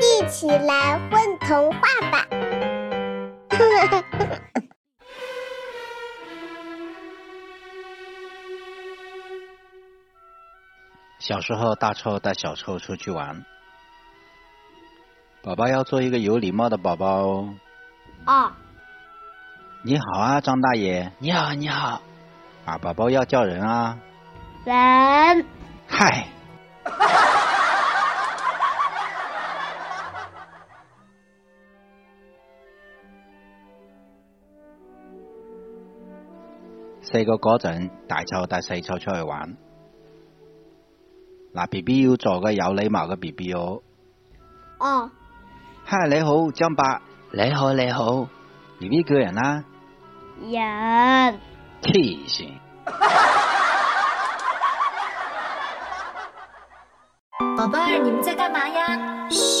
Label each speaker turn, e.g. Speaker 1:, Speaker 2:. Speaker 1: 一起来混童话吧！
Speaker 2: 小时候，大臭带小臭出去玩，宝宝要做一个有礼貌的宝宝哦。
Speaker 1: 哦，
Speaker 2: 你好啊，张大爷！你好，你好！啊，宝宝要叫人啊！
Speaker 1: 人
Speaker 2: 嗨，細個嗰陣，大臭帶細臭出去玩。嗱，B B 要做個有禮貌嘅 B B 哦。
Speaker 1: 哦，
Speaker 2: 嗨，你好，張伯。你好，你好。B B 叫人啦、
Speaker 1: 人
Speaker 2: 黐線。
Speaker 3: 宝贝儿，你们在干嘛呀？嘘，